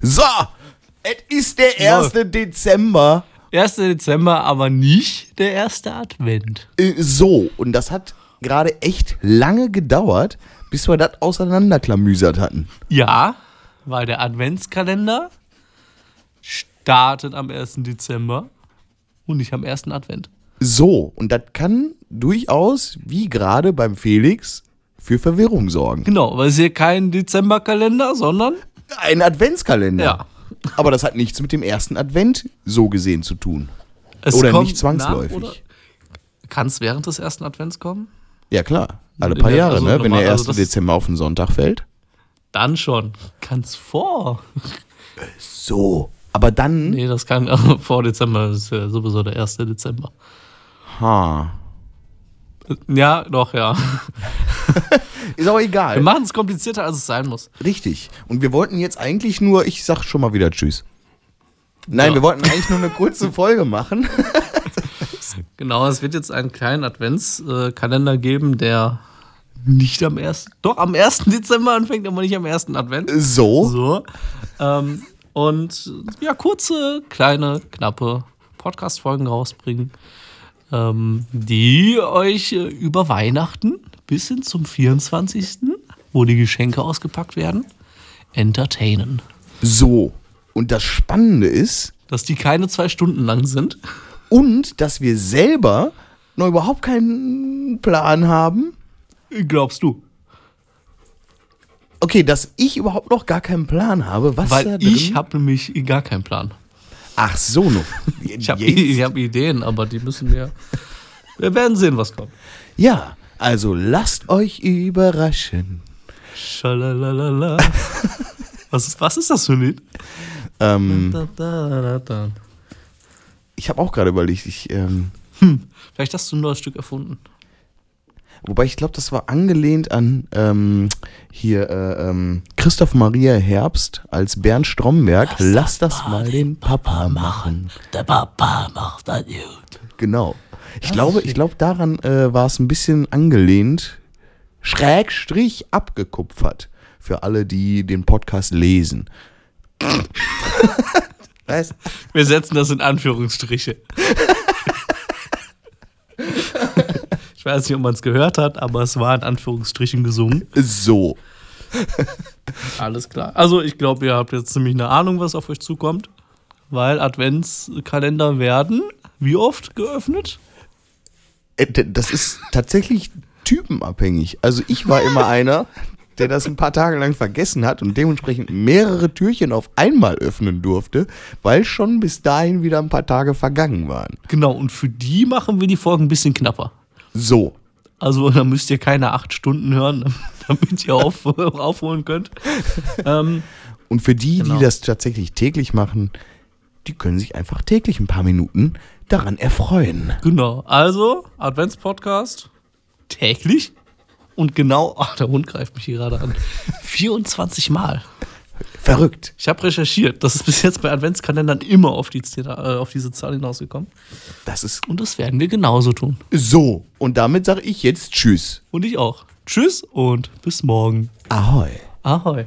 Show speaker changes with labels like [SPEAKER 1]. [SPEAKER 1] So, es ist der 1. Dezember.
[SPEAKER 2] 1. Dezember, aber nicht der erste Advent.
[SPEAKER 1] Äh, So, und das hat gerade echt lange gedauert, bis wir das auseinanderklamüsert hatten.
[SPEAKER 2] Ja, weil der Adventskalender startet am 1. Dezember und nicht am ersten Advent.
[SPEAKER 1] So, und das kann durchaus, wie gerade beim Felix, für Verwirrung sorgen.
[SPEAKER 2] Genau, weil es ist hier kein Dezemberkalender, sondern
[SPEAKER 1] Ein Adventskalender.
[SPEAKER 2] Ja.
[SPEAKER 1] Aber das hat nichts mit dem ersten Advent so gesehen zu tun.
[SPEAKER 2] es
[SPEAKER 1] Oder
[SPEAKER 2] kommt
[SPEAKER 1] nicht zwangsläufig.
[SPEAKER 2] nach oder- Kann es während des ersten Advents kommen?
[SPEAKER 1] Ja, klar. Alle
[SPEAKER 2] In
[SPEAKER 1] paar
[SPEAKER 2] der-
[SPEAKER 1] Jahre,
[SPEAKER 2] also
[SPEAKER 1] ne? Wenn
[SPEAKER 2] normal-
[SPEAKER 1] der 1.
[SPEAKER 2] also das-
[SPEAKER 1] Dezember auf den Sonntag fällt.
[SPEAKER 2] Dann schon. Kann es vor?
[SPEAKER 1] So. Aber dann.
[SPEAKER 2] Nee, das kann aber vor Dezember. Das ist ja sowieso der 1. Dezember.
[SPEAKER 1] Ha.
[SPEAKER 2] Ja, doch, ja.
[SPEAKER 1] Ist auch
[SPEAKER 2] Wir
[SPEAKER 1] egal.
[SPEAKER 2] machen es komplizierter, als es sein muss.
[SPEAKER 1] Richtig. Und wir wollten jetzt eigentlich nur, ich sag schon mal wieder Tschüss. Nein,
[SPEAKER 2] Ja.
[SPEAKER 1] wir wollten eigentlich nur eine kurze Folge machen.
[SPEAKER 2] Genau, es wird jetzt einen kleinen Adventskalender geben, der nicht am 1. Doch, am 1. Dezember anfängt, aber nicht am 1. Advent.
[SPEAKER 1] So.
[SPEAKER 2] So. Ähm, und ja, kurze, kleine, knappe Podcast-Folgen rausbringen, ähm, die euch äh, über Weihnachten bis hin zum 24., wo die Geschenke ausgepackt werden, entertainen.
[SPEAKER 1] So. Und das Spannende ist,
[SPEAKER 2] Dass die keine zwei Stunden lang sind.
[SPEAKER 1] und dass wir selber noch überhaupt keinen Plan haben.
[SPEAKER 2] Glaubst du?
[SPEAKER 1] Okay, dass ich überhaupt noch gar keinen Plan habe, was da
[SPEAKER 2] Weil
[SPEAKER 1] drin
[SPEAKER 2] ich habe nämlich gar keinen Plan.
[SPEAKER 1] Ach so, noch.
[SPEAKER 2] Ich habe
[SPEAKER 1] Jetzt-
[SPEAKER 2] hab eh- Ideen, aber die müssen wir. Wir werden sehen, was kommt.
[SPEAKER 1] Ja, also lasst euch überraschen.
[SPEAKER 2] Schalalala. Was ist, was ist das für ein Lied?
[SPEAKER 1] Ähm,
[SPEAKER 2] Da, da, da, da.
[SPEAKER 1] ich habe auch gerade überlegt, ich, ähm,
[SPEAKER 2] Vielleicht hast du ein neues Stück erfunden.
[SPEAKER 1] wobei ich glaube, das war angelehnt an ähm, hier äh, ähm, Christoph Maria Herbst als Bernd Stromberg. Lass das mal den Papa machen.
[SPEAKER 2] Der Papa macht das gut.
[SPEAKER 1] Genau. Ich glaube, ich glaube, daran äh, war es ein bisschen angelehnt, schrägstrich abgekupfert. Für alle, die den Podcast lesen. weißt
[SPEAKER 2] Wir setzen das in Anführungsstriche. Ich weiß nicht, ob man es gehört hat, aber es war in Anführungsstrichen gesungen.
[SPEAKER 1] So.
[SPEAKER 2] Alles klar. Also ich glaube, ihr habt jetzt ziemlich eine Ahnung, was auf euch zukommt. Weil Adventskalender werden wie oft geöffnet?
[SPEAKER 1] Äh, d- Das ist tatsächlich typenabhängig. Also ich war immer einer, der das ein paar Tage lang vergessen hat und dementsprechend mehrere Türchen auf einmal öffnen durfte, weil schon bis dahin wieder ein paar Tage vergangen waren.
[SPEAKER 2] Genau, und für die machen wir die Folgen ein bisschen knapper.
[SPEAKER 1] So.
[SPEAKER 2] Also da müsst ihr keine acht Stunden hören, damit ihr auf, aufholen könnt. Ähm,
[SPEAKER 1] Und für die,
[SPEAKER 2] Genau.
[SPEAKER 1] die das tatsächlich täglich machen, die können sich einfach täglich ein paar Minuten daran erfreuen.
[SPEAKER 2] genau, also Adventspodcast täglich und genau, ach, der Hund greift mich hier gerade an, 24 Mal.
[SPEAKER 1] Verrückt.
[SPEAKER 2] Ich habe recherchiert, das ist bis jetzt bei Adventskalendern immer auf, die, Zeta- äh, auf diese Zahl hinausgekommen.
[SPEAKER 1] Das ist
[SPEAKER 2] Und das werden wir genauso tun.
[SPEAKER 1] so. Und damit sage ich jetzt Tschüss.
[SPEAKER 2] Und ich auch. Tschüss und bis morgen.
[SPEAKER 1] Ahoi.
[SPEAKER 2] Ahoi.